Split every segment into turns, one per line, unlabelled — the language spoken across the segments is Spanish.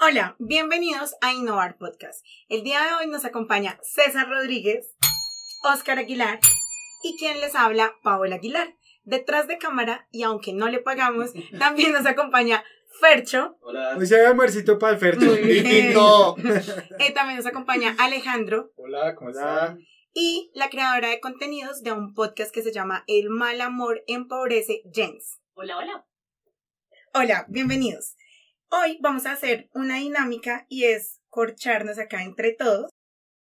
Hola, bienvenidos a Innovar Podcast. El día de hoy nos acompaña César Rodríguez, Óscar Aguilar y quien les habla, Paola Aguilar. Detrás de cámara, y aunque no le pagamos, también nos acompaña Fercho,
Hola.
Hoy se haga almuercito para el Fercho.
Muy bien.
Titito.
eh, también nos acompaña Alejandro
Hola, ¿cómo
Hola.
están?
y la creadora de contenidos de un podcast que se llama El Mal Amor Empobrece Jens.
Hola, hola.
Hola, bienvenidos. Hoy vamos a hacer una dinámica y es corcharnos acá entre todos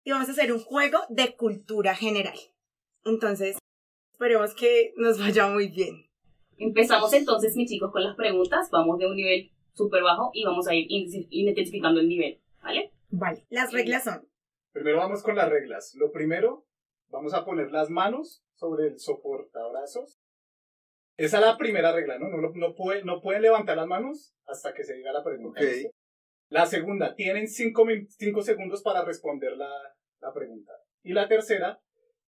y vamos a hacer un juego de cultura general. Entonces, esperemos que nos vaya muy bien.
Empezamos entonces, mis chicos, con las preguntas. Vamos de un nivel súper bajo y vamos a ir in- intensificando el nivel, ¿vale?
Vale. Las reglas son,
Primero vamos con las reglas. Lo primero, vamos a poner las manos sobre el soportabrazos. Esa es la primera regla, ¿no? No, lo- no, puede- no pueden levantar las manos hasta que se diga la pregunta.
Ok.
¿listo? La segunda, tienen cinco, min- cinco segundos para responder la, la pregunta. Y la tercera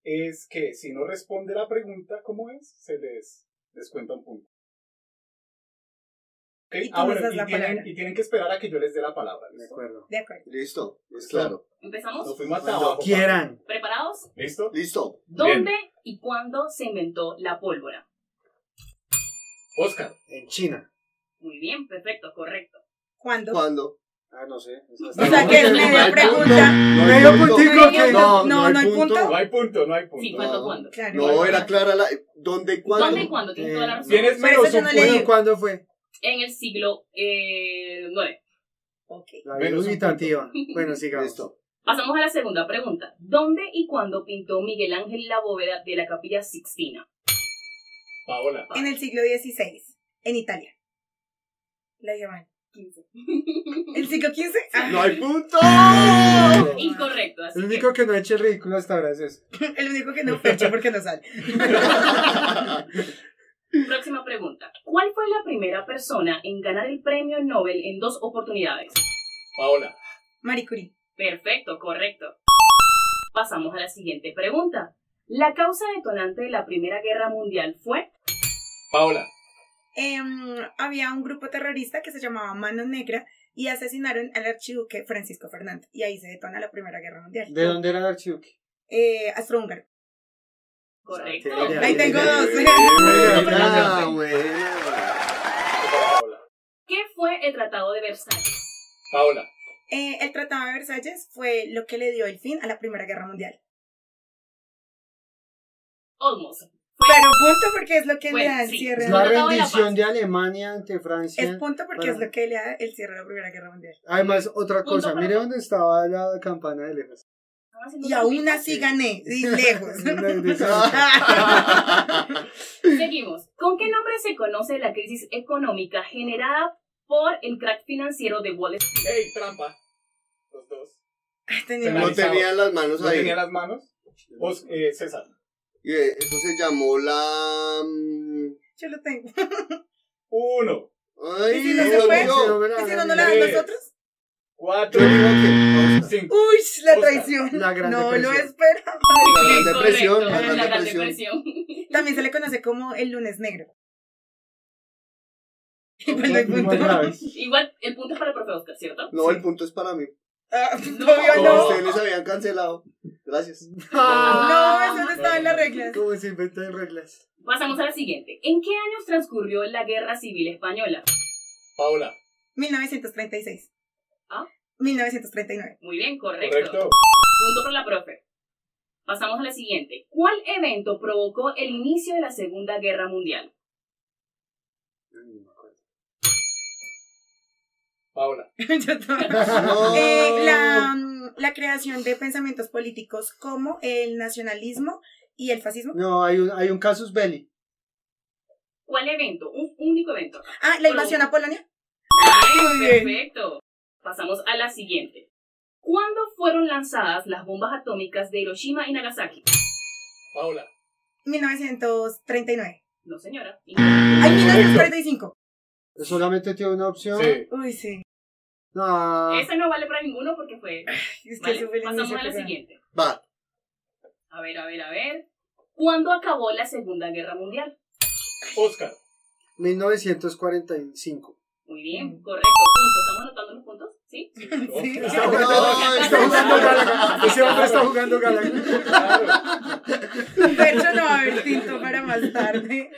es que si no responde la pregunta, ¿cómo es? Se les descuenta un punto. Ok,
Y tú
ah,
nos
bueno,
das la
y, tienen,
palabra.
y tienen que esperar a que yo les dé la palabra.
De
¿listo?
acuerdo.
de acuerdo.
Listo, es
Listo.
claro.
¿Empezamos?
Nos fuimos hasta
Cuando
abajo.
quieran.
¿Preparados?
¿Listo?
Listo.
¿Dónde y cuándo se inventó la pólvora?
Oscar.
En China.
Muy bien, perfecto, correcto.
¿Cuándo?
¿Cuándo?
Ah, no sé.
O sea, que es
No,
media
no,
pregunta.
No
Medio puntico
Medio
que-
punto.
no, no hay punto.
No hay punto, no hay punto.
Sí, ¿cuánto,
No.
cuándo?
Claro.
No, era clara la. ¿Dónde y cuándo? Eh,
¿Dónde y cuándo? Tienes toda la razón.
Tienes
Pero
menos
eso yo
un
no le
punto.
Bueno,
digo.
¿cuándo fue?
En el siglo eh, 9.
Ok.
La
Menos un
dubitativa. Bueno, sigamos.
Listo.
Pasamos a la segunda pregunta. ¿Dónde y cuándo pintó Miguel Ángel la bóveda de la capilla Sixtina?
Paola.
En el siglo XVI, en Italia. La llevan.
15.
¿El siglo Ah. XV? Ah,
¡No hay punto!
Incorrecto, así
El
que-
único que no ha hecho el ridículo hasta ahora es eso.
el único que no fecha porque no sale.
Próxima pregunta. ¿Cuál fue la primera persona en ganar el premio Nobel en dos oportunidades?
Paola.
Marie Curie.
Perfecto, correcto. Pasamos a la siguiente pregunta. ¿La causa detonante de la Primera Guerra Mundial fue?
Paola.
em, había un grupo terrorista que se llamaba Mano Negra y asesinaron al archiduque Francisco Fernando. Y ahí se detona la Primera Guerra Mundial.
¿De dónde era el archiduque?
Eh, astrohúngaro.
Correcto.
Ok.
Ahí tengo dos.
Buena, buena.
Paola.
¿Qué fue el Tratado de Versalles?
Paola.
Eh, el Tratado de Versalles fue lo que le dio el fin a la Primera Guerra Mundial.
Olmos.
Pero punto porque es lo que le
Bueno,
da el
sí.
cierre.
Es
a
la
la-
Tratado de la
rendición
Paz.
de Alemania ante
Es
Francia.
punto porque
Bueno.
es lo que le da el cierre a la Primera Guerra Mundial.
Además, otra
Punto
cosa,
para
mire
todos.
dónde estaba la campana de lejos.
Están haciendo
Y aún
trampa.
así gané, y lejos.
Seguimos. ¿Con qué nombre se conoce la crisis económica generada por el crack financiero de Wall Street?
Ey, trampa. Los dos.
Tenemos-
No tenían las
Pues
manos
No
ahí.
tenía las manos. Vos, eh, César.
Y, eh, Eso se llamó la. mm,
Yo lo tengo.
Uno.
Ay,
¿Y si no se
Dios
fue?
mío.
¿Y si no, no la dan
Tres.
nosotros?
Cuatro.
Yo digo que.
Cinco.
¡Uy! La
Oscar,
traición.
la Gran
No lo
Depresión.
esperaba.
La Gran
Correcto,
Depresión, la Gran
la Gran
Depresión.
Depresión.
También se le conoce como el lunes negro. Igual no hay
Muy
punto.
graves.
Igual, el punto es para el profe Oscar, ¿cierto?
No, el punto es para mí.
Ah,
No.
obvio
Como
no.
ustedes les habían cancelado. Gracias.
No, eso no estaba en las reglas.
Como Ah. se inventan reglas.
Pasamos a la siguiente. ¿En qué años transcurrió la Guerra Civil Española?
Paola.
1936.
¿Ah?
1939.
Muy bien, correcto.
Correcto.
Punto para la profe. Pasamos a la siguiente. ¿Cuál evento provocó el inicio de la Segunda Guerra Mundial?
Paola.
Yo to-
No.
Eh, la, mm, la creación de pensamientos políticos como el nacionalismo y el fascismo.
No, hay un, hay un casus belli.
¿Cuál evento? Un único evento.
Ah, la invasión a Polonia.
Muy
muy
bien,
bien.
perfecto. Pasamos a la siguiente. ¿Cuándo fueron lanzadas las bombas atómicas de Hiroshima y Nagasaki?
Paola.
1939.
No, señora.
Ay, 1945.
Solamente tiene una opción. Ah,
Sí.
Uy, sí.
No.
Esa no vale para ninguno porque fue...
Es que
Vale,
eso fue el
pasamos
inicio
a la
que-
siguiente.
Va.
A ver, a ver, a ver. ¿Cuándo acabó la Segunda Guerra Mundial?
Oscar.
1945.
Muy bien,
Mm.
correcto. Punto. ¿Estamos anotando los puntos? ¿Sí?
Sí,
claro.
está jugando, está jugando Galaga. Ese hombre está jugando Galaga.
Claro.
De hecho, no va a haber tinto para más tarde.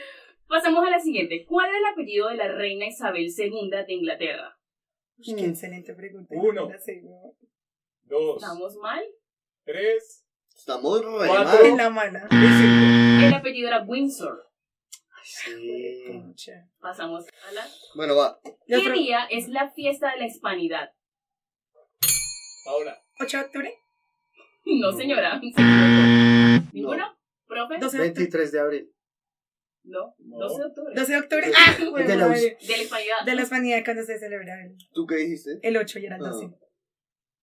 Pasamos a la siguiente. ¿Cuál era el apellido de la reina Isabel II de Inglaterra?
Uy,
Mm.
qué excelente pregunta.
Uno. Dos,
¿Estamos mal?
tres,
Estamos re
Cuatro.
mal.
En la mano.
Mm.
y cinco.
El apellido era Windsor.
Sí.
Pasamos a la...
Bueno, va.
La
¿Qué
otra-
día es la fiesta de la hispanidad?
Paola,
8 de octubre,
No, señora. se equivocó. ¿Ninguno?
12
¿Profe?
de octubre.
23 de abril.
No.
No.
12 de octubre.
12 de octubre. Ah, güey,
De la
madre.
De la hispanidad.
De la hispanidad cuando se celebra el,
¿Tú qué dijiste?
el 8 y era el
Ah.
12.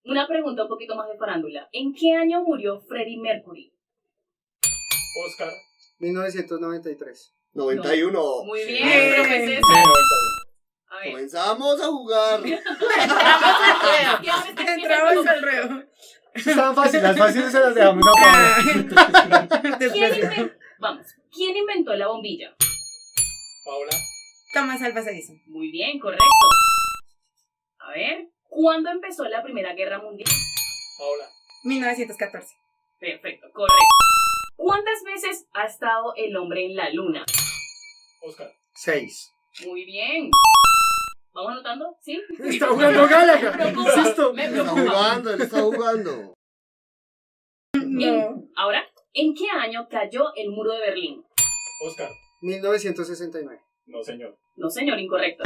Una pregunta un poquito más de farándula. ¿En qué año murió Freddie Mercury?
Oscar.
1993.
91.
Muy bien,
Sí.
profe
Sí,
César.
noventa y uno.
A ver.
Comenzamos a jugar.
¿Qué haces? ¿Qué haces?
Entramos al reo.
Sí, Estaban fáciles, las fáciles se las dejamos a Paola.
¿Quién
Después,
inven- Vamos. ¿Quién inventó la bombilla?
Paola,
Tomás Alba Edison.
Muy bien, correcto. A ver. ¿Cuándo empezó la Primera Guerra Mundial?
Paola,
1914.
Perfecto, correcto. ¿Cuántas veces ha estado el hombre en la luna?
Oscar.
6.
Muy bien. ¿Vamos anotando? ¿Sí?
Está jugando Galaga.
preocupa,
Insisto.
me
Está
preocupa.
jugando, él está jugando.
No.
Ahora, ¿en qué año cayó el muro de Berlín?
Oscar.
1969.
No, señor.
No, señor, incorrecto.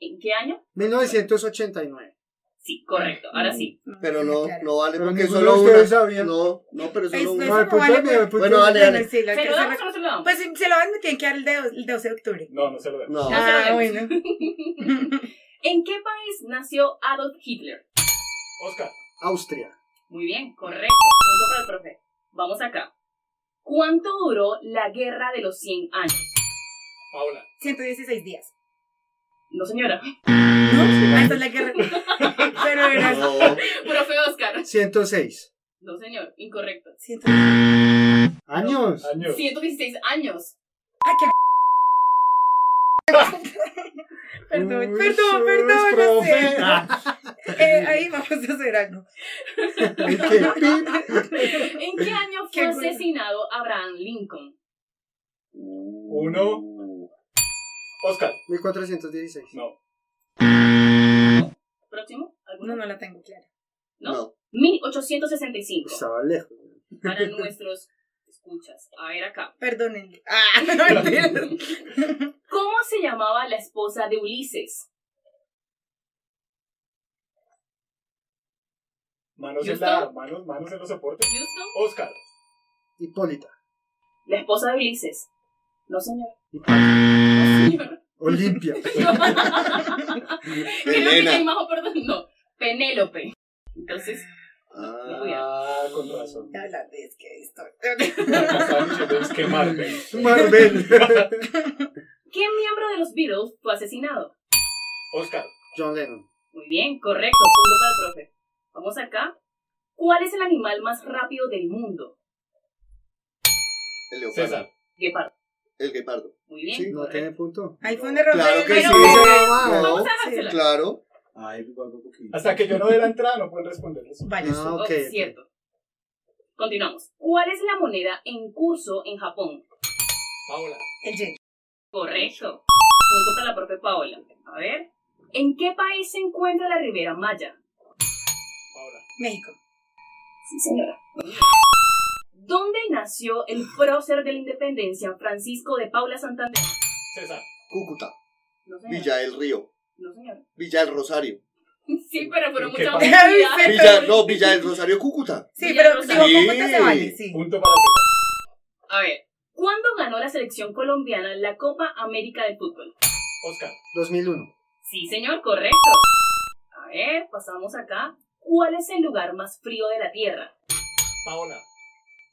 ¿En qué año?
1989.
Sí, correcto. Ahora sí.
Pero no,
claro. Este
no vale
Pero
porque
ninguno
solo
de
una.
ustedes sabía.
No, no, pero
Es-
solo
es
una.
No, el punto
pues, vale,
es mío, el punto
Bueno,
es mío.
dale, dale.
sí, la
¿Se
que
lo
se
damos o
rec-
no se lo damos?
Pues si se lo dan, me tienen que dar el, de- el 12 de octubre.
No, no se lo veo.
No.
se lo
Ah,
damos.
bueno.
¿En qué país nació Adolf Hitler?
Oscar.
Austria.
Muy bien, correcto. Punto para el profe. Vamos acá. ¿Cuánto duró la guerra de los 100 años?
Paola.
116 días.
No, señora.
Ah, esa es la guerra. Pero era.
No,
Profe Oscar.
106.
No, señor, incorrecto.
116.
Años.
Año.
116 años.
Ah, qué. Perdón, perdón, perdón, no sé. Eh, ahí vamos a hacer algo.
¿En qué año
Qué
fue
bueno.
asesinado Abraham Lincoln?
Uno. Oscar.
1416.
No.
¿Próximo? ¿Alguno?
No, no la tengo clara.
no.
1865.
Estaba lejos.
Para nuestros escuchas. A ver acá.
Perdónenle. Ah, no entiendo.
¿Cómo se llamaba la esposa de Ulises?
Manos
¿Yo
en la,
estaba?
manos, manos en los soportes.
¿Houston?
Oscar.
Hipólita.
La esposa de Ulises. No, señor.
Hipólita.
No, señor.
Olimpia.
Creo que
Elena.
hay más oportunidad. No. Penélope. Entonces,
Ah, con razón.
Ya la vez que esto.
Estaban Ah, diciendo, es que Marvel.
Marvel.
¿qué miembro de los Beatles fue asesinado?
Oscar.
John Lennon.
Muy bien, correcto. Punto para el profe. Vamos acá. ¿Cuál es el animal más rápido del mundo?
El leopardo.
César.
Guepardo.
El guepardo.
Muy bien.
Sí,
No
correcto.
tiene punto.
Ahí fue un error.
Claro que
Pero-
sí.
Vamos
No,
a dejársela.
claro.
Hasta que yo no dé la entrada no pueden responder eso.
Vale.
Ah,
Oh,
ok.
Cierto. Continuamos. ¿Cuál es la moneda en curso en Japón?
Paola.
El yen.
Correcto. Punto para la profe Paola. A ver. ¿En qué país se encuentra la Ribera Maya?
Paola.
México.
Sí, señora. ¿Dónde nació el prócer de la independencia Francisco de Paula Santander?
César.
Cúcuta.
No, señora.
Villa del Río.
No, señor.
Villa del Rosario.
Sí, pero fueron
¿En qué
muchas
país?
oportunidades.
Villa, no, Villa del Rosario, Cúcuta.
Sí,
Villa
pero
Rosario.
digo, Cúcuta se
Sí.
vale, sí.
Punto para César.
A ver. ¿Cuándo ganó la selección colombiana la Copa América de Fútbol?
Oscar.
2001.
Sí, señor, correcto. A ver, pasamos acá. ¿Cuál es el lugar más frío de la Tierra?
Paola.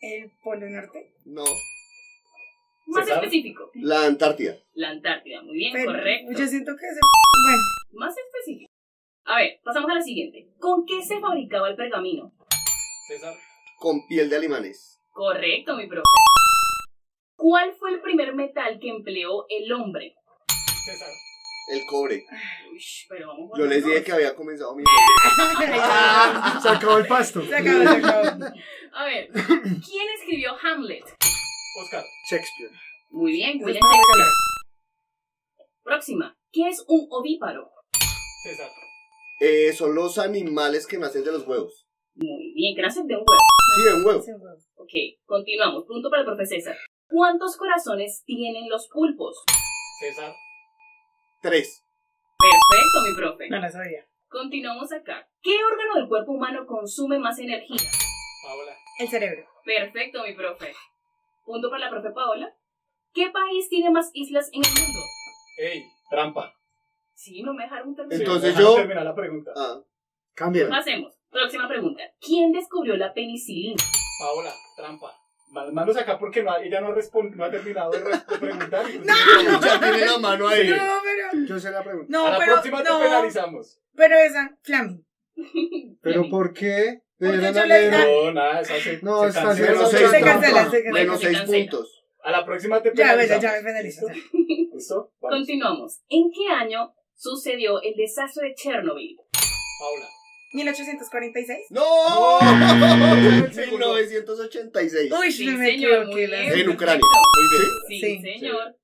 El Polo Norte.
No.
Más
¿César?
específico,
La Antártida.
la Antártida. Muy bien,
Pero
correcto.
Yo siento que es. Bueno,
Más específico. A ver, pasamos a la siguiente. ¿Con qué se fabricaba el pergamino?
César.
Con piel de alemanes.
Correcto, mi profe. ¿Cuál fue el primer metal que empleó el hombre?
César.
El cobre.
Uy, pero vamos
Yo les
volando.
dije que había comenzado mi.
Ah, Se acabó el pasto.
Se acabó, se acabó.
A ver, ¿quién escribió Hamlet?
Oscar.
Shakespeare.
Muy bien,
Pues
William
no,
Shakespeare. Próxima. ¿Qué es un ovíparo?
César.
Eh, son los animales que nacen de los huevos.
Muy bien, que nacen de un huevo.
Sí, de un huevo.
Ok, continuamos. Punto para el profe César. ¿Cuántos corazones tienen los pulpos?
César.
Tres.
Perfecto, mi profe.
No la sabía.
Continuamos acá. ¿Qué órgano del cuerpo humano consume más energía?
Paola.
El cerebro.
Perfecto, mi profe. Punto para la profe Paola. ¿Qué país tiene más islas en el mundo?
Ey. Trampa.
Sí, no me dejaron terminar.
Entonces
déjame
yo-
terminar la pregunta.
Ah,
Cambia.
Pasemos. Próxima pregunta. ¿Quién descubrió la penicilina?
Paola. Trampa. Las manos acá porque no ha- ella no ha, respon- no ha terminado de, re- de preguntar.
ya tiene la mano ahí.
No, pero.
Yo sé la pregunta.
A
No,
la
pero.
próxima te
No,
penalizamos.
pero esa, Flaming.
Pero ¿por qué?
Porque
Deberían
yo le-
haber-
Ah.
No, nada, esa se,
No,
se
está
cancela.
Menos
Se
seis
cancela,
trampa.
se cancela.
Menos
Se
seis
cancela.
puntos.
A la próxima te
Ya,
penalizamos.
ya, ya me penalizo.
¿Listo? Vamos.
Continuamos. ¿En qué año sucedió el desastre de Chernobyl?
Paola.
1846.
¡No!
No.
1986.
Uy,
Sí,
me
señor, muy
equivoqué, la-
bien.
En Ucrania.
Perfecto.
Muy bien.
Sí,
Sí.
señor.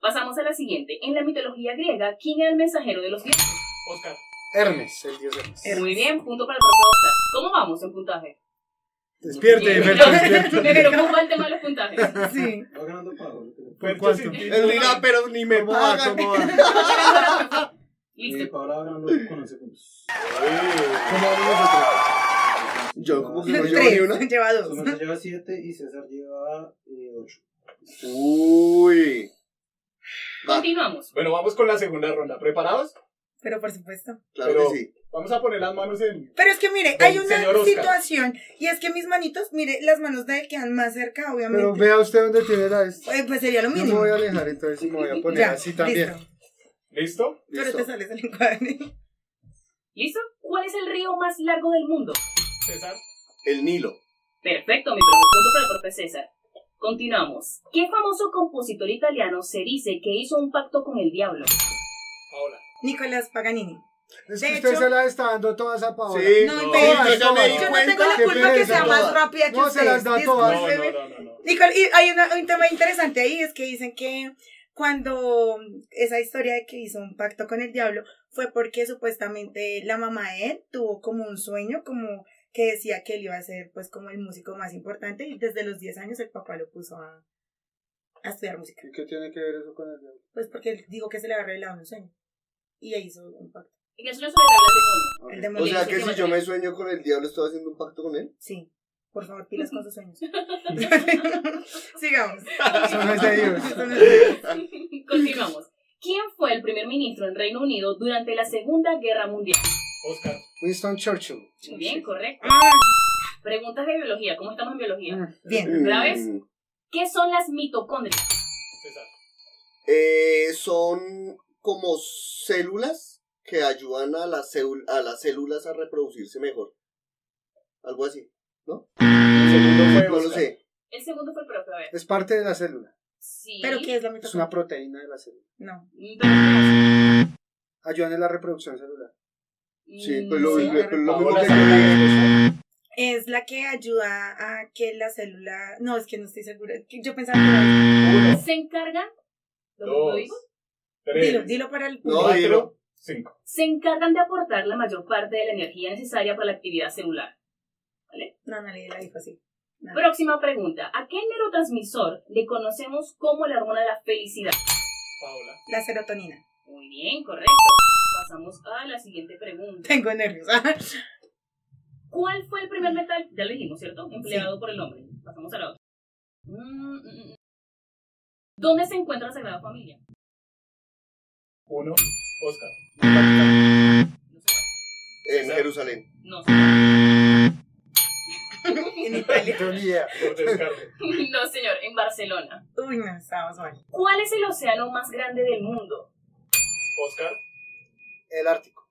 Pasamos a la siguiente. En la mitología griega, ¿quién era el mensajero de los dioses?
Oscar.
Hermes, el dios Hermes.
Muy bien, punto para el profesor Oscar. ¿Cómo vamos en puntaje?
Despierte,
Me
Berto, despierte.
preocupa- me preocupa el tema de los puntajes.
Sí.
¿Por
Fercho
cuánto?
sin ti,
Él
no
dirá,
gana.
pero ni me
¿Cómo va?
pagan.
¿Cómo va?
Eh,
Listo.
¿Cómo vamos nosotros?
Yo como que no llevo ni una.
Tres. Lleva dos.
Somers lleva 7 y César lleva 8.
Uy. Va,
Continuamos.
Bueno, vamos con la segunda ronda. ¿Preparados?
Pero por supuesto.
claro
Pero-
que sí.
Vamos a poner las manos en.
Pero es que mire,
Don
hay una
señor Oscar.
situación. Y es que mis manitos, mire, las manos de él quedan más cerca,
Pero
obviamente.
vea usted dónde tiene la esta.
Eh, pues sería lo
Yo me
mínimo.
voy a alejar entonces y me voy a poner
Ya,
así también.
listo.
¿Listo?
Pero te
Listo.
sales del encuadre.
¿Listo? ¿Cuál es el río más largo del mundo?
César.
El Nilo.
Perfecto, mi profe. Punto para el profe César. Continuamos. ¿Qué famoso compositor italiano se dice que hizo un pacto con el diablo?
Paola.
Nicolás Paganini.
Es
De
que usted
hecho-
se la está dando todas a Paola.
Sí,
No,
Eh, no,
pero-
yo ya me di
Yo no
cuenta.
tengo la
qué
culpa que
pereza,
sea más
todas.
rápida que
No, se
ustedes.
las da todas.
No,
Discúlpeme.
no, no, no. no.
Nicole, y hay una- un tema interesante ahí, es que dicen que cuando esa historia de que hizo un pacto con el diablo fue porque supuestamente la mamá de él tuvo como un sueño, como que decía que él iba a ser pues como el músico más importante y desde los 10 años el papá lo puso a, a estudiar música,
¿Y qué tiene que ver eso con el diablo?
pues porque él dijo que se le había revelado un sueño y ahí hizo un pacto.
En eso no suele hablar del demonio.
El
O
demonio
sea
dice
que si yo me sueño con el diablo, estoy haciendo un pacto con él.
Sí, por favor, pilas con sus sueños. Sigamos.
Eso
Pues
no es de Dios.
Eso no es de Dios.
Continuamos. ¿Quién fue el primer ministro en Reino Unido durante la Segunda Guerra Mundial?
Oscar.
Winston Churchill.
Muy bien, correcto. Preguntas de biología. ¿Cómo estamos en biología?
Bien.
¿Otra vez?
Mm.
¿Qué son las mitocondrias?
César.
Eh, son como células que ayudan a las, céu- a las células a reproducirse mejor. Algo así.
El segundo fue
No lo
Oscar.
sé.
El segundo fue el propio. A ver.
Es parte de la célula.
Sí. Mm,
¿Pero qué es la
Es
mitocondria?
una proteína de la célula.
No.
Entonces,
Ayudan en la reproducción celular.
Sí,
mm,
pues lo,
sí,
lo- pues lo mismo
Paola,
que
César.
Es la que ayuda a que la célula. No, es que no estoy segura. Que Yo pensaba que
Ah,
era.
Uno,
¿Se encargan? ¿Lo mismo digo?
dos,
Dilo,
tres,
dilo para el
No,
público.
dilo.
cuatro, cinco.
Se encargan de aportar la mayor parte de la energía necesaria para la actividad celular.
No, no le la dijo así. No.
Próxima pregunta. ¿A qué neurotransmisor le conocemos como la hormona de la felicidad?
Paola.
La serotonina.
Muy bien, correcto. Pasamos a la siguiente pregunta.
Tengo nervios.
¿Cuál fue el primer metal? Ya lo dijimos, ¿cierto? Empleado por el hombre. Pasamos a la otra. Mm, mm, mm. ¿Dónde se encuentra la Sagrada Familia?
Uno, Oscar.
No sé.
En Jerusalén.
No
en Italia.
Yo ni idea.
Por descarte.
señor. No, señor, en Barcelona.
Uy, no, estábamos mal.
¿Cuál es el océano más grande del mundo?
Oscar.
El Ártico.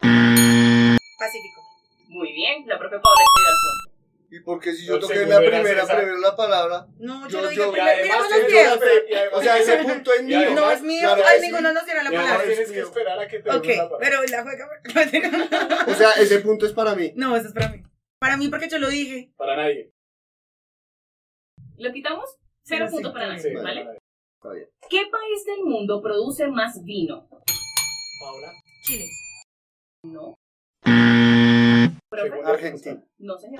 Pacífico.
Muy bien, la propia Paola estudió al fondo.
¿Y porque si yo
No,
toqué
seguro
la
era
primera,
César.
primero la palabra?
No,
Yo-
yo, lo dije
yo-
Y
Pero
primero.
además
Miremos los
tienes-
pies.
y además-
O sea, ese punto es
y
mío.
además-
No, es mío.
Claro
Ay,
que sí.
ninguno nos dio la
y además
palabra.
tienes que
Mío.
esperar a que te
Ok,
den la palabra.
pero la juega.
O sea, ese punto es para mí.
No, eso es para mí. Para mí, porque yo lo dije.
Para nadie.
Lo quitamos, cero
Sí,
puntos
sí,
para nadie,
Sí, para
¿vale?
nadie.
Está bien.
¿Qué país del mundo produce más vino?
Paola.
Chile.
No.
Seguro.
¿Profe?
Argentina.
No, señor.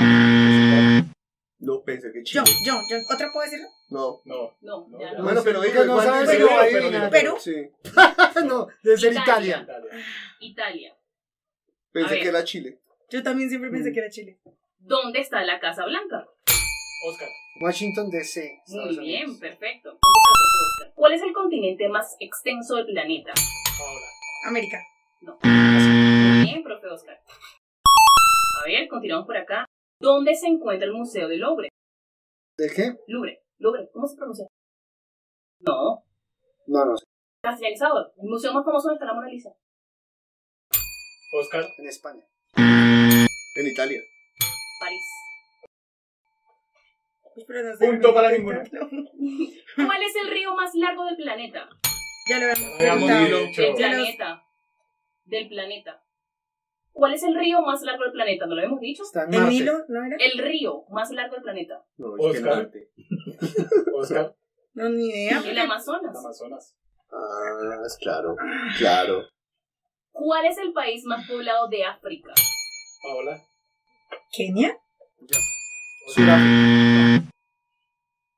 No pensé que
Yo,
chido.
yo, yo. ¿Otra puedo decirlo?
No.
No.
No,
No,
ya
ya.
no.
Bueno, pero
Porque
diga,
no
¿cuál
sabes
dice?
si lo
Perú,
va a
Perú,
adivinar.
Perú.
Sí.
No, debe ser
Italia.
Italia.
Italia.
Italia. A
Pensé
ver.
que era Chile.
Yo también siempre pensé
Mm.
que era Chile.
¿Dónde está la Casa Blanca?
Oscar.
Washington DC.
Muy
Estados
bien,
Unidos.
perfecto. ¿Cuál es el continente más extenso del planeta?
Paola.
América.
Muy bien, profe Oscar. A ver, continuamos por acá. ¿Dónde se encuentra el Museo del Louvre?
¿De qué?
Louvre, Louvre, ¿cómo se pronuncia? No,
No, no, sé.
castellanizado. El museo más famoso donde está la Mona Lisa.
Oscar.
en España.
En Italia.
París.
Pues, pero no sé.
Punto para ninguno.
¿Cuál es el río más largo del planeta?
Ya lo habíamos
Habíamos
preguntado.
dicho.
Del
Ya los-
planeta. Del planeta. ¿Cuál es el río más largo del planeta? ¿No lo hemos dicho?
Está en
¿El
Marte.
Nilo? ¿No era?
El río más largo del planeta.
No, es que en
Oscar.
Marte.
Oscar.
No, ni idea.
El Amazonas.
Amazonas.
Ah, claro. Claro.
¿Cuál es el país más poblado de África?
Paola.
¿Kenia?
Sudáfrica.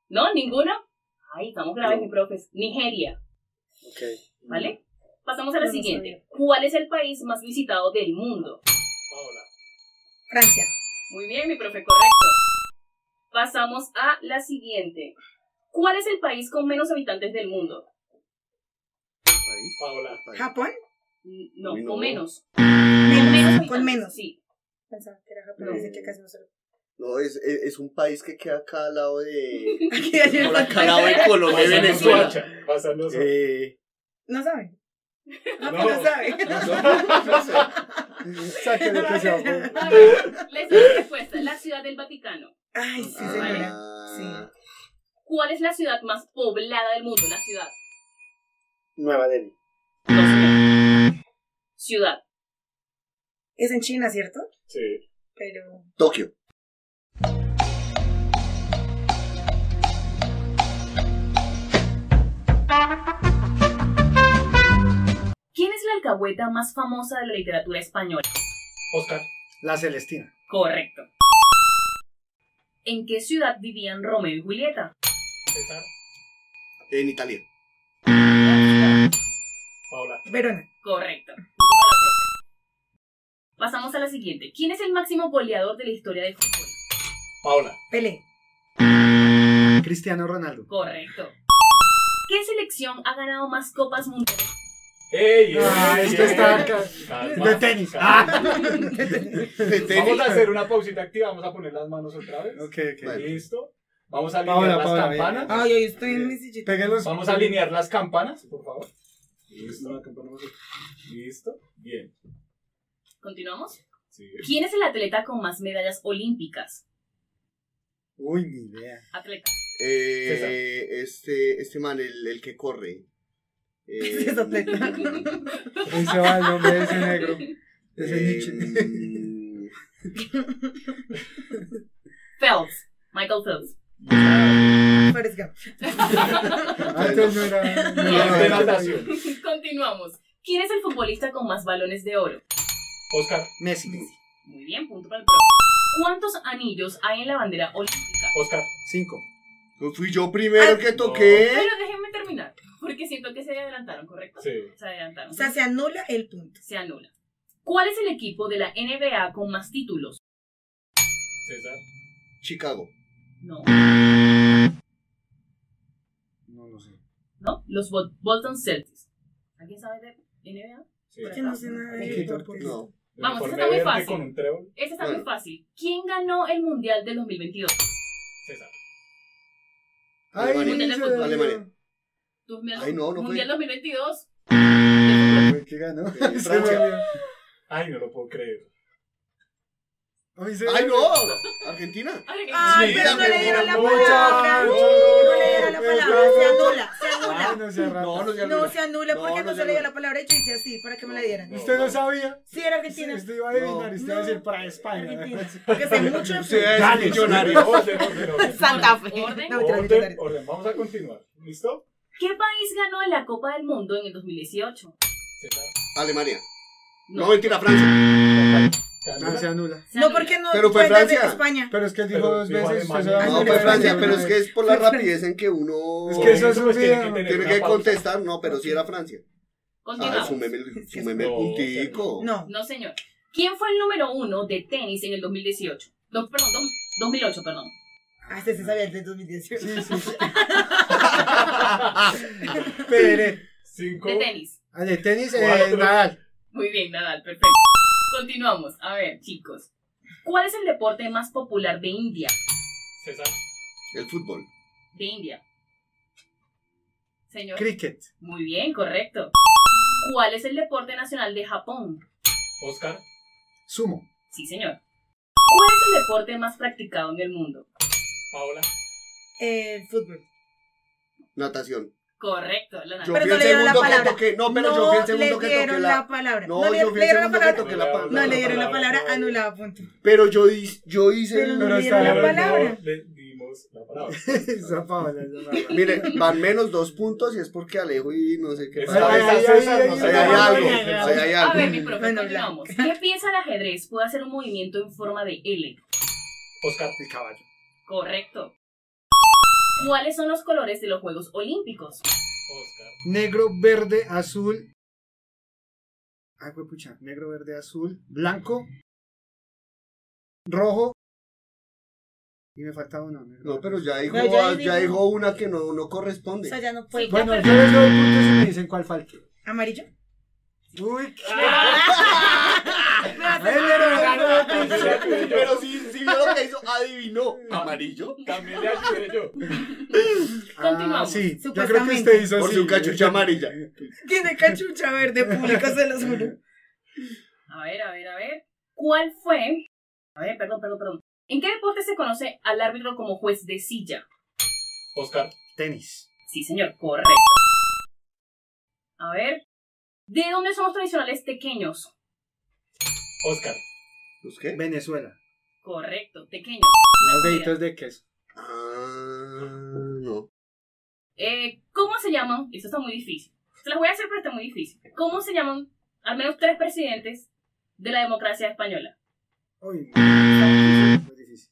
¿No? ¿Ninguno? Ay, estamos graves, mi profes. Nigeria,
Ok.
¿vale? Pasamos a la
No, no
siguiente. ¿Cuál es el país más visitado del mundo?
Paola.
Francia.
Muy bien, mi profe, correcto. Pasamos a la siguiente. ¿Cuál es el país con menos habitantes del mundo?
País.
Paola.
¿Japón?
N- No,
Uy, no.
con menos. Con menos
Menos.
habitantes,
Mm. Con menos.
Sí.
Pensaba que era Japón. Dice que casi no se lo...
No, es, es, es un país que queda acá al lado de.
Aquí hay el
por acá al lado de Colombia y
Pasando
Venezuela.
Soacha, Pasando Soacha.
Eh,
No saben. Japón
No.
no, sabe.
Saque lo que se ahogó.
A ver, les doy la respuesta. La ciudad del Vaticano.
Ay, sí,
ah,
señora.
¿Cuál es la ciudad más poblada del mundo? La ciudad.
Nueva Delhi.
No, señor. Ciudad.
Es en China, ¿cierto?
Sí.
Pero.
Tokio.
¿Quién es la alcahueta más famosa de la literatura española?
Oscar.
La Celestina.
Correcto. ¿En qué ciudad vivían Romeo y Julieta?
César.
En Italia.
Paola.
Verona.
Correcto. Para la profe. Pasamos a la siguiente. ¿Quién es el máximo goleador de la historia del fútbol?
Paola.
Pelé.
Cristiano Ronaldo.
Correcto. ¿Qué selección ha ganado más copas mundiales?
¡Ey!
Ah,
ey,
esto
ey,
está
ey.
acá. Ah.
Calma,
De tenis.
calma.
De tenis.
Vamos a hacer una pausita activa. Vamos a poner las manos otra vez.
Ok, ok.
Vale.
Listo. Vamos a alinear
Paola,
las
Paola,
campanas.
bien.
Ay, ay, estoy en mi sillita.
Péguenlos.
Vamos a alinear las campanas, por favor. Listo. Listo. Bien.
Continuamos.
Sí.
¿Quién es el atleta con más medallas olímpicas?
Uy, mi idea.
Atleta.
Eh, este, este man, el, el que corre. Eh,
Es atleta.
Ahí se va el nombre de ese negro. De ese
eh,
Nietzsche.
mm,
Phelps. Michael Phelps.
Forrest Gump.
Antes Ah, no era. no
Bien, de
era-
natación.
Continuamos. ¿Quién es el futbolista con más balones de oro?
Oscar.
Messi.
Muy bien, punto para el profe. ¿Cuántos anillos hay en la bandera olímpica?
¿Eh?
Oscar.
Cinco.
no pues, fui yo primero que toqué.
Pero déjenme terminar, porque siento que se adelantaron, ¿correcto?
Sí.
Se adelantaron.
O sea, se anula el punto.
se anula. ¿Cuál es el equipo de la NBA con más títulos?
César.
Chicago.
No,
No lo sé.
no, los Bol- Bolton Celtics. ¿Alguien sabe de NBA?
Sí.
Yo no sé nada de
Poquito,
deportes.
No.
Vamos,
Uniforme
eso está muy
verde
fácil.
Con un trébol.
Ese está muy
Bueno.
fácil. ¿Quién ganó el Mundial del 2022?
César.
Alemania.
dice-
Alemania.
¿Tú me-
Ay, no, no fue.
mundial 2022.
¿Qué ganó?
Francia.
Ay, no lo puedo creer.
¡Ay, no! Argentina.
Ay,
Sí,
pero no le
también
dieron la
mucho,
palabra.
mucho,
No le dieron la palabra. Se anula, se
Ay,
anula.
no sea rata.
No, no, ya
No, se anula
No,
porque
no
no
se
se le dio
anula.
la palabra y yo hice así para que me la dieran.
No.
Usted no sabía.
Sí, era
Usted
Argentina.
usted iba a adivinar.
No.
Usted iba a decir para España.
Argentina. Porque sé mucho de
Usted es
Gales.
millonario.
Orden, orden, orden.
Santa Fe.
Orden.
No, mentira, mentira,
Orden,
mentira.
orden. Vamos a continuar. ¿Listo?
¿Qué país ganó la Copa del Mundo en el 2018?
Alemania. No, mentira, Francia.
Ah, No, se anula.
Se
No,
anula.
porque no
Pero fue
cuentas de
Francia.
España.
Pero es que dijo
Pero
dos
dijo
veces. pues,
Alemania.
usted se
No,
anula.
fue
Alemania.
Francia, pero es que es por la rapidez en que uno
Es que eso es
Por
un
eso, pues, tiene
video.
que tener
tiene
una
que
pausa.
contestar. No, pero sí era Francia. Ah,
Continuamos.
súmeme el, súmeme el
No,
puntico.
No.
No, señor. ¿Quién fue el número uno de tenis en el 2018? Do- perdón, do- 2008, perdón.
Ah, este se sabía el de 2018.
Sí, sí, sí. Pere.
Cinco.
De tenis.
Ah, De tenis, eh,
Cuatro.
Nadal.
Muy bien, Nadal, perfecto. Continuamos. A ver, chicos. ¿Cuál es el deporte más popular de India?
César.
El fútbol.
De India. Señor.
Cricket.
Muy bien, correcto. ¿Cuál es el deporte nacional de Japón?
Oscar.
Sumo.
Sí, señor. ¿Cuál es el deporte más practicado en el mundo?
Paola.
Eh, fútbol.
Natación.
Correcto, la
Yo
natación.
Pero
fui
no
el
le dieron la
segundo que
palabra.
toqué. No, pero
no
yo fui el segundo
le
que toqué
dieron la,
la.
palabra. No,
No,
le,
yo fui
le
el
dieron la
segundo que
palabra.
toqué la
palabra.
No,
palabra.
le dieron la palabra,
palabra.
anulado, punto.
Pero yo, hice- yo hice.
Pero no
Pero
le dieron la
está bien,
palabra.
No le dimos la palabra.
Esa Paola, esa Paola.
Mire, van menos dos puntos y es porque Alejo y no sé qué
Esa-
pasa.
Ahí,
Ahí
esa-
ahí,
César,
ahí,
no
ahí,
sé.
hay
ahí,
algo.
ahí, ahí.
Ahí hay
A
algo.
ver, mi profe,
Bueno,
continuamos. ¿Qué pieza el ajedrez puede hacer un movimiento en forma de L?
Oscar.
El caballo.
Correcto. ¿Cuáles son los colores de los Juegos Olímpicos?
Oscar.
Negro, verde, azul. Ay, pucha. Negro, verde, azul. Blanco. Rojo. Y me falta uno. negro,
No,
verde,
pero ya dijo, ah,
No, ya
ya
dijo.
dijo una que no, no
O
corresponde.
sea, ya no puede.
Sí.
Bueno, yo les doy puntos y me dicen cuál falta.
¿Amarillo?
Uy, qué.
Ah, Pero si, si vio lo que hizo, adivinó. ¿Amarillo?
También le ayudé yo.
Continuamos.
Ah, sí, yo creo que
Supuestamente.
usted hizo
Por
así.
su cachucha amarilla.
Tiene cachucha verde pública, se los juro.
A ver, a ver, a ver. ¿Cuál fue? A ver, perdón, perdón, perdón. ¿En qué deporte se conoce al árbitro como juez de silla?
Oscar.
Tenis.
Sí, señor, correcto. A ver. ¿De dónde son los tradicionales tequeños?
Oscar.
¿Los qué?
Venezuela.
Correcto, tequeños.
Los
Una comida.
deditos de queso.
Ah, no.
Eh, ¿Cómo se llaman? Esto está muy difícil. Se las voy a hacer, pero está muy difícil. ¿Cómo se llaman al menos tres presidentes de la democracia española?
Uy, no. Muy difícil.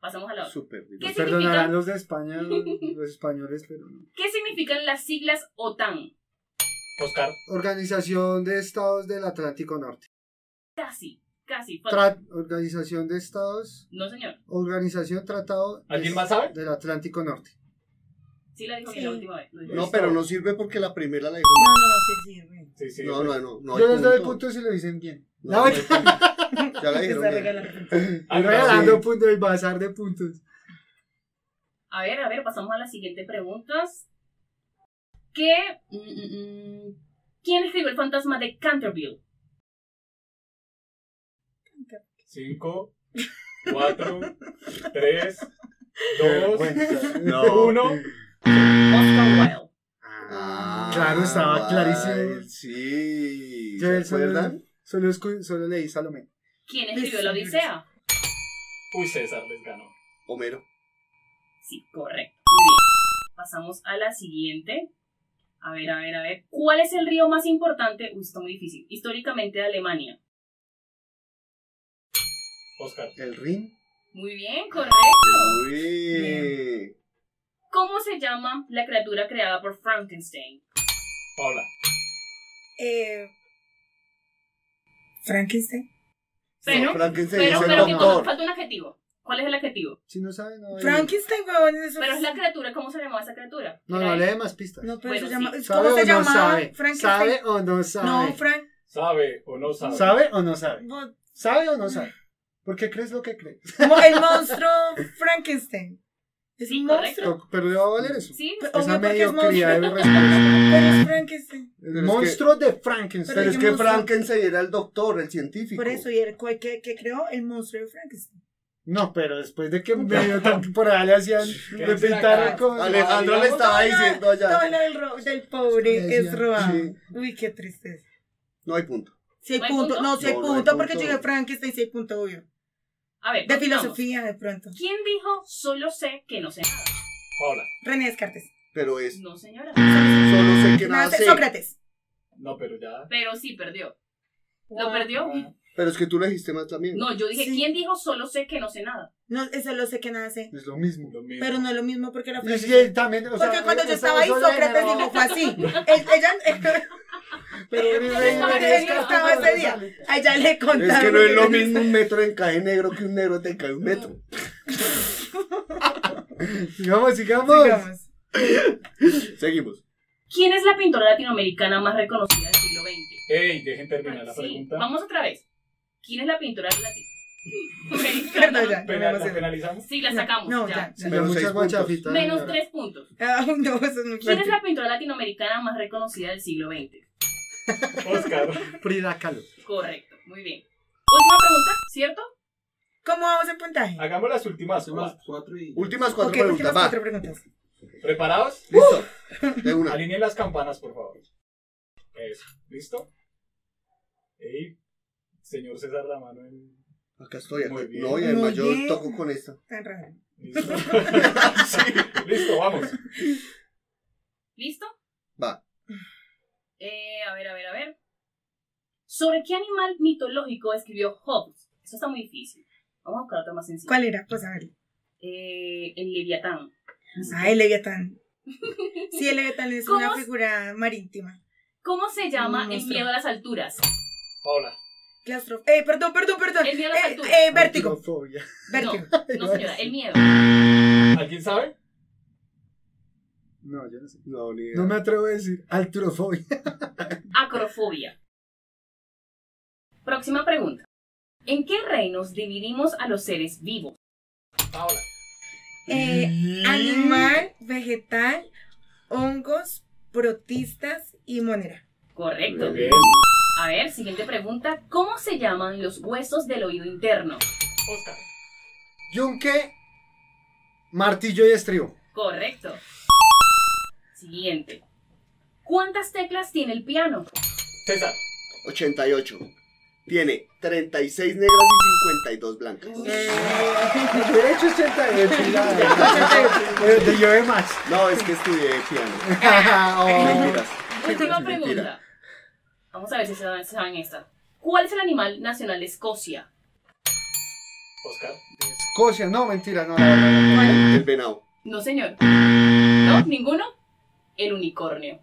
Pasamos a la otra.
Súper.
¿Qué significa?
Perdonarán los de España, los, los españoles, pero no.
¿Qué significan las siglas OTAN?
Oscar.
Organización de Estados del Atlántico Norte.
Casi, casi. falta.
Tra- organización de Estados,
No, señor.
Organización Tratado de-
¿Alguien más sabe?
del Atlántico Norte.
Sí la dijo
Sí.
bien la última vez. lo dijo.
No, pero no sirve porque la primera la dijo.
No, no, sí, sí, güey.
Sí, sí.
No, no, no. no
Yo
hay
les doy
punto.
puntos si lo dicen bien.
No,
No,
no hay punto. Ya la dijeron.
Está
bien.
regalando.
Ah,
Estoy
no,
regalando
sí.
puntos, el bazar de puntos.
A ver, a ver, pasamos a las siguientes preguntas. ¿Qué? mm, mm, mm, ¿Quién escribió el fantasma de Canterville?
Cinco. Cuatro. Tres. Dos.
No.
Uno.
Oscar Wilde.
Ah,
Claro, estaba
vale,
clarísimo.
Sí.
Yo
¿Se
solo,
acuerdan?
solo, escu- solo leí Salomé.
¿Quién escribió la Odisea?
Uy, César les ganó.
Homero.
Sí, correcto. Muy bien. Pasamos a la siguiente. A ver, a ver, a ver. ¿Cuál es el río más importante? Uy, está muy difícil. Históricamente de Alemania.
Oscar.
El Rin.
Muy bien, correcto.
Uy.
¿Cómo se llama la criatura creada por Frankenstein?
Paula.
Eh, Frankenstein.
Pero,
Frankenstein
pero,
es el
pero, ¿qué cosa?
doctor.
falta un adjetivo. ¿cuál es el adjetivo?
Si no sabe, no. hay-
Frankenstein, huevón, eso
Pero es la criatura, ¿cómo se llamaba esa criatura?
No,
Era
no
él.
le dé más pistas.
No, pero
Bueno,
se llama.
sí.
¿Cómo se
no
llamaba?
sabe?
Frankenstein.
¿Sabe o no sabe?
No, Frank.
¿Sabe o no sabe?
¿Sabe o no sabe?
bo-
¿Sabe o no sabe? ¿Por qué crees lo que crees?
mo- El monstruo Frankenstein. Es
Sí,
un
correcto.
monstruo.
Pero le va a valer eso.
Sí,
Pe-
Esa
obvio, porque es
mediocridad
monstruo.
debe respetarse.
Pero es Frankenstein.
El monstruo de Frankenstein.
Pero
Pero
es
yo
que
no sé.
Frankenstein era el doctor, el científico.
Por eso, ¿y el cual que, que creó el monstruo de Frankenstein?
No, pero después de que medio tan por allá le hacían, le
dicen
pintaron
acá?
como...
Alejandro le estaba diciendo
Todo
allá.
lo del, ro- del pobre
Sí,
es
ya,
robado.
sí.
Uy, qué tristeza.
No hay punto.
Si hay
¿No hay
punto,
punto?
no, si hay
No, no hay
punto, porque
punto.
yo de Frankenstein sí hay punto, obvio.
a ver.
De
continuamos.
filosofía, de pronto.
¿Quién dijo solo sé que no sé nada?
Paola.
René Descartes.
Pero es.
No, señora.
Solo sé que nada
Nada,
sé.
este Sócrates.
No, pero ya.
Pero sí perdió. ¿Lo perdió?
Pero es que tú le dijiste más también.
No, yo dije,
Sí.
¿quién dijo solo sé que no sé nada?
No, eso lo sé que nada sé.
Es lo mismo.
Lo mismo.
Pero no es lo mismo porque la
Y
frase-
sí, él también, o sea,
Porque cuando yo
esa
estaba ahí,
sola
Sócrates
era-
dijo, fue así. Él- ella,
Pero Green
Yo
Ray
estaba
Ray
en el
Scott
estado
cuando
ese día.
sale.
a ella le contaron.
Es que no es lo mismo un metro de encaje negro que un negro te encaje un metro.
Sigamos, sigamos.
Digamos.
Seguimos.
¿Quién es la pintora latinoamericana más reconocida del siglo XX?
Ey, dejen terminar la
Sí,
pregunta.
Vamos otra vez. ¿Quién es la pintora
Perdón,
latinoamericana?
ya.
Pena- ¿La penalizamos?
Sí, la sacamos.
No,
ya.
ya.
Sí,
ya.
pero
Menos
muchas
seis puntos.
guachafitas.
Menos
señora.
tres puntos.
Ah, no, eso es muy
¿Quién
fuerte.
es la pintora latinoamericana más reconocida del siglo XX?
Oscar.
Frida Kahlo.
Correcto, muy bien. Última pregunta, ¿cierto?
¿Cómo vamos en puntaje?
Hagamos las últimas.
Últimas
cuatro.
cuatro y.
Últimas cuatro
Ok,
preguntas.
últimas
Va.
cuatro preguntas.
¿Preparados?
Listo. De una.
Alineen las campanas, por favor. Eso. ¿Listo? Ey, señor César, la mano en.
Acá estoy. acá.
Muy bien.
No, y además
Muy
yo
bien.
toco con esta.
Tan raro.
¿Listo? Listo, vamos.
¿Listo?
Va.
Eh, a ver, a ver, a ver. ¿Sobre qué animal mitológico escribió Hobbes? Eso está muy difícil. Vamos a buscar otro más sencillo.
¿Cuál era? Pues a ver.
Eh, el Leviatán.
Ah, el Leviatán. Sí, el Leviatán es
¿Cómo
una
es?
figura marítima.
¿Cómo se llama el
Monstruo.
miedo a las alturas?
Paola.
Claustro. Eh, perdón, perdón, perdón.
El miedo a las
eh,
alturas.
eh, vértigo.
Fobia.
Vértigo.
No, señora, el miedo.
¿Alguien sabe?
No, yo no sé.
No, ni idea.
No me atrevo a decir alturofobia.
Acrofobia. Próxima pregunta. ¿En qué reinos dividimos a los seres vivos?
Paola.
Eh, animal, vegetal, hongos, protistas y monera.
Correcto.
Bien.
A ver, siguiente pregunta. ¿Cómo se llaman los huesos del oído interno?
Oscar.
Yunque, martillo y estribo.
Correcto. Siguiente. ¿Cuántas teclas tiene el piano?
César.
88. Tiene 36 negras y 52 blancas.
Derecho 88. ya. De yo de más.
No, es que estudié piano.
Oh.
Mentiras.
Última
Mentira.
pregunta. Vamos a ver si se saben- se saben esta. ¿Cuál es el animal nacional de Escocia?
Oscar.
Escocia, no, mentira, no. no, no, no.
El venado.
No, señor. ¿No? ¿Ninguno? El unicornio.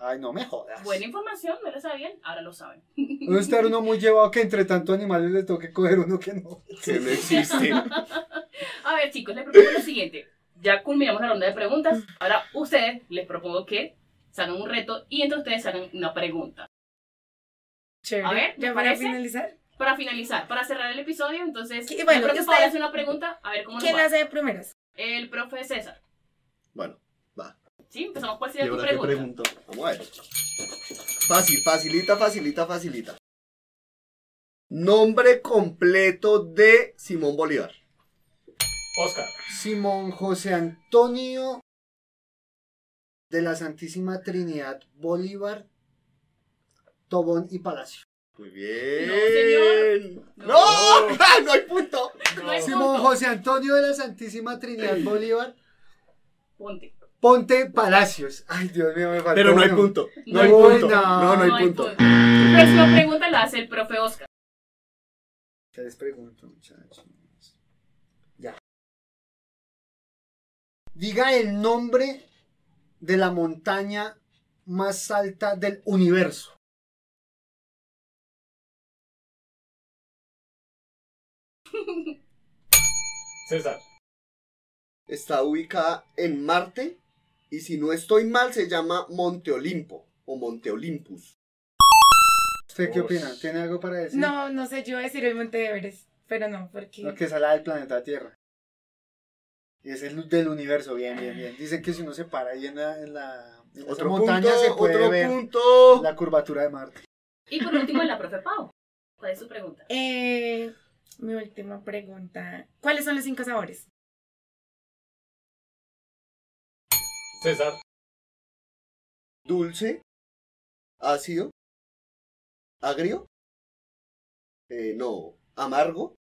Ay, no me jodas.
Buena información, no lo sabían, ahora lo saben.
Debe estar uno muy llevado que entre tanto animales le toque coger uno que no.
Que no existe.
A ver, chicos, les propongo lo siguiente. Ya culminamos la ronda de preguntas. Ahora ustedes les propongo que salgan un reto y entre ustedes salgan una pregunta.
Chévere.
A ver, ¿te
¿ya para
parece?
finalizar?
Para finalizar, para cerrar el episodio, entonces,
Y bueno, y
yo creo que
ustedes-
Paola hace una pregunta, a ver cómo nos
¿Quién
va.
la hace de primeras?
El profe César.
Bueno, va.
¿Sí? Empezamos. ¿Cuál
¿Y
sería tu
ahora qué pregunto?
pregunta?
Vamos a ver. Fácil, facilita, facilita, facilita. Nombre completo de Simón Bolívar.
Oscar.
Simón José Antonio de la Santísima Trinidad Bolívar, Tobón y Palacio.
Muy bien.
señor.
No,
No.
¡Ah, no hay punto.
No es
Simón
punto.
José Antonio de la Santísima Trinidad Bolívar,
Ponte.
Ponte Palacios. Ay, Dios mío, me faltó.
Pero no hay
uno.
punto. No
No
hay
hay
punto.
nada.
No, no hay punto.
Próxima pregunta la hace el profe Oscar.
Ya les pregunto, muchachos. Ya. Diga el nombre de la montaña más alta del universo.
César.
Está ubicada en Marte y si no estoy mal se llama Monte Olimpo o Monte Olympus.
¿Usted qué
Ush.
opina? ¿Tiene algo para decir?
No, no sé, yo voy a decir el Monte de Everest, pero no, porque...
Lo que es al lado del planeta Tierra. Es el del universo, bien, bien, bien. Dicen que si uno se para ahí en la, en la en esa
Otro
montaña
punto,
se puede
otro
ver
punto.
la curvatura de Marte.
Y por último, la profe Pau. ¿Cuál es su pregunta?
Eh, mi última pregunta. ¿Cuáles son los cinco sabores?
César.
Dulce, ácido, agrio, eh, no, amargo,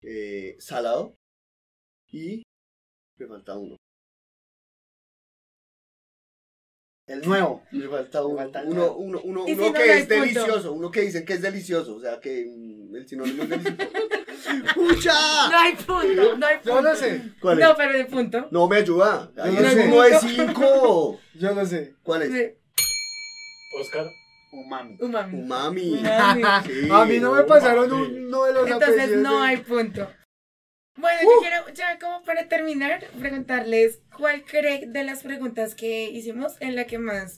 eh, salado y me falta uno.
El nuevo.
Me falta uno.
falta
uno,
nada.
uno, uno,
Y si
uno
no
que
le
es
punto.
delicioso. Uno que dicen que es delicioso. O sea, que mm, el sinónimo es delicioso. ¡Pucha!
No hay punto, no hay punto.
Yo lo sé,
¿Cuál es?
No, pero de punto.
No me ayuda. Ahí
No
es
sé.
uno de cinco.
yo lo sé. Oh,
¿Cuál es?
Sí,
Oscar.
Umami.
Umami.
Umami. pues,
Umami.
Sí,
A mí no me
umami.
pasaron uno de los
Entonces
apellidos
no
de-
hay punto. Bueno,
Uh.
yo quiero ya como para terminar preguntarles cuál cree de las preguntas que hicimos en la que más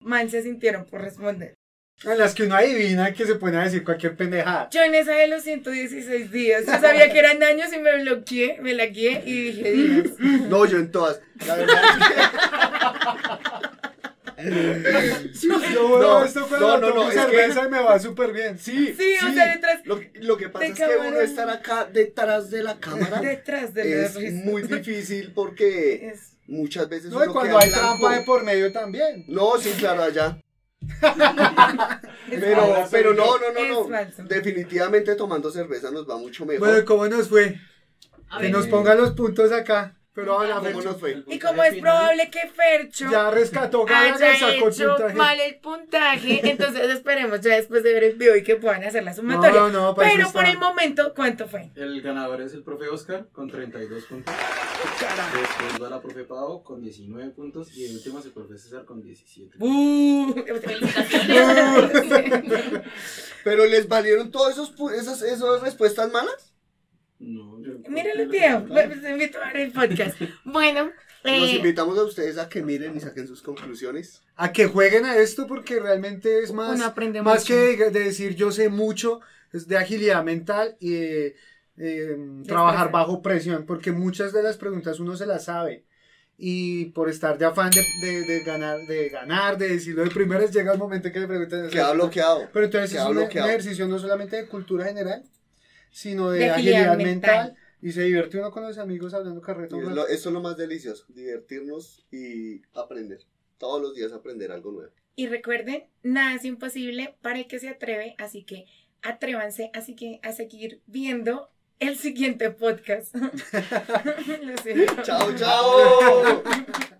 mal se sintieron por responder.
En las que uno adivina que se pone a decir cualquier pendejada.
Yo en esa de los 116 días, yo sabía que eran años y me bloqueé, me la guié y dije días.
No, yo en todas. La verdad es que...
Yo veo esto cuando
no, no,
tomo
no, es que-
cerveza y me va súper bien. Sí.
Sí, o sea, detrás,
Lo, que- lo que pasa
De
es que uno
cámara.
estar acá detrás de la cámara
detrás de
es
los risas.
muy difícil porque
Es-
muchas veces
No, y
uno
cuando
queda
hay
blanco.
trampa de por medio también.
No, sí, claro, allá.
es-
Pero,
Ah,
Ahora soy
pero no,
yo.
no,
Es
no,
falso.
no. Definitivamente tomando cerveza nos va mucho mejor.
Bueno, ¿y ¿cómo nos fue?
A
Que
ver,
nos pongan los puntos acá. Pero ahora
¿Cómo nos fue?
Y como es probable que Fercho
ya rescató Gallagher,
haya
sacó
hecho
puntaje.
mal el puntaje, entonces esperemos ya después de ver el video y que puedan hacer la
No,
sumatoria.
no, no, para
Pero
eso
por
está.
el momento, ¿cuánto fue?
El ganador es el profe Oscar con 32 puntos. Después va la profe Pau con 19 puntos y el último es el profe César con 17.
Uh.
Felicitaciones.
Pero les valieron todas esos, pu- esas, esas respuestas malas.
No, yo-
Miren el video, pues, se invito a ver el podcast. Bueno,
Los
eh,
invitamos a ustedes a que miren y saquen sus conclusiones.
A que jueguen a esto porque realmente es más,
uno aprende
más
mucho.
que de, de decir yo sé mucho, es de agilidad mental y de eh, trabajar bajo presión, porque muchas de las preguntas uno se las sabe. Y por estar de afán de, de- de ganar, de ganar, de decirlo de primeras, llega el momento que le preguntan.
Queda bloqueado.
Pero entonces
Queda
es un, un
bloqueado.
ejercicio no solamente de cultura general, sino de,
De agilidad
agilidad, mental.
mental.
Y se divierte uno con los amigos hablando carreta.
Y
un
es
rato.
lo- eso es lo más delicioso, divertirnos y aprender. Todos los días aprender algo nuevo.
Y recuerden, nada es imposible para el que se atreve, así que atrévanse, así que a seguir viendo el siguiente podcast. Lo siento.
¡Chao, chao!